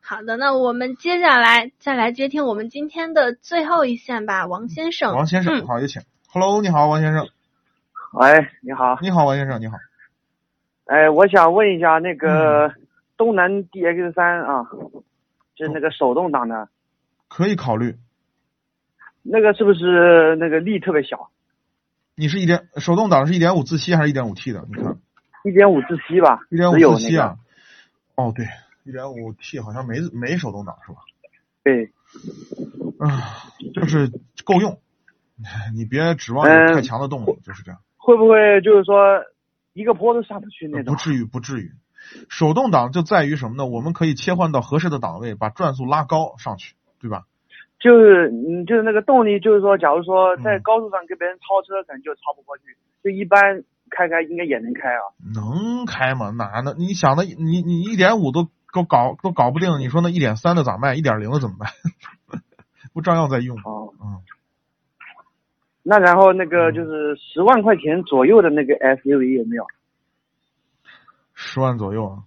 好的，那我们接下来再来接听我们今天的最后一线吧，王先生。王先生，嗯，好，有请。Hello，你好，王先生。喂，哎你好，你好，王先生，你好。哎，我想问一下那嗯个东南 DX 三啊，就是哦那个手动挡的，可以考虑。那个是不是那个力特别小？你是一点手动挡是一点五自吸还是一点五 T 的？你看，一点五自吸吧，一点只有五自那吸个啊。哦，对，一点五 T 好像没没手动挡是吧？对，啊，就是够用， 你别指望有嗯太强的动力，就是这样。会不会就是说一个坡都下不去那呃不种？至于，不至于。手动挡就在于什么呢？我们可以切换到合适的档位，把转速拉高上去，对吧？就是嗯，就是那个动力，就是说，假如说在嗯高速上跟别人超车，可能就超不过去，就一般开开应该也能开啊。能开吗？哪能？你想的，你你一点五都都搞都搞不定，你说那一点三的咋卖？ 一点零的怎么办？不照样在用吗？哦，嗯，那然后那个嗯就是十万块钱左右的那个 SUV 有没有？十万左右啊。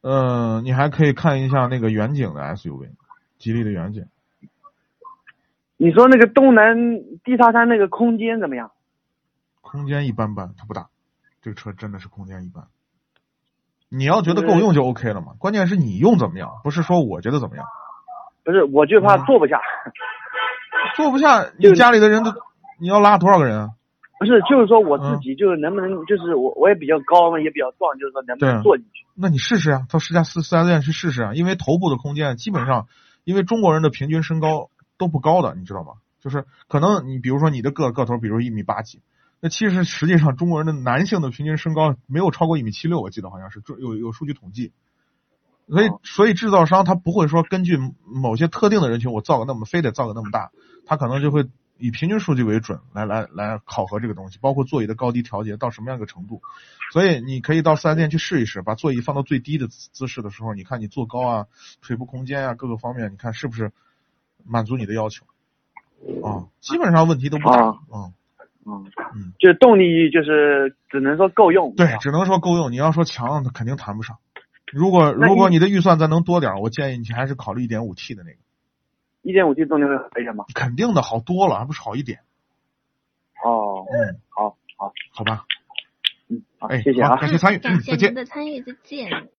呃，你还可以看一下那个远景的 SUV，吉利的远景。你说那个东南地沙滩那个空间怎么样？空间一般般，它不大。这个车真的是空间一般。你要觉得够用就 OK 了嘛，关键是你用怎么样，不是说我觉得怎么样。不是，我就怕嗯坐不下。坐不下，就你家里的人都，你要拉多少个人啊？不是，就是说我自啊己就是能不能，就是我我也比较高嘛，也比较壮，就是说能不能对坐进去？那你试试啊，到试驾四四 S 店去试试啊，因为头部的空间基本上，因为中国人的平均身高都不高的，你知道吗？就是可能你比如说你的个个头，比如一米八几，那其实实际上中国人的男性的平均身高没有超过一米七六，我记得好像是这有有数据统计。所以哦，所以制造商他不会说根据某些特定的人群，我造个那么非得造个那么大，他可能就会以平均数据为准来来来考核这个东西，包括座椅的高低调节到什么样一个程度。所以你可以到四 S 店去试一试，把座椅放到最低的姿姿势的时候，你看你坐高啊、腿部空间啊各个方面，你看是不是满足你的要求啊？基本上问题都不大。啊嗯，嗯嗯，就动力就是只能说够用。对是，吧只能说够用。你要说强，那肯定谈不上。如果那如果你你的预算再能多点儿，我建议你还是考虑一点五 T 的那个，一点五 T 动力会好一点吗？肯定的好多了，还不是好一点。哦，嗯，好好，好吧，嗯，好，哎，谢谢好啊。感谢参与，感嗯，谢再您见。的参与，再见。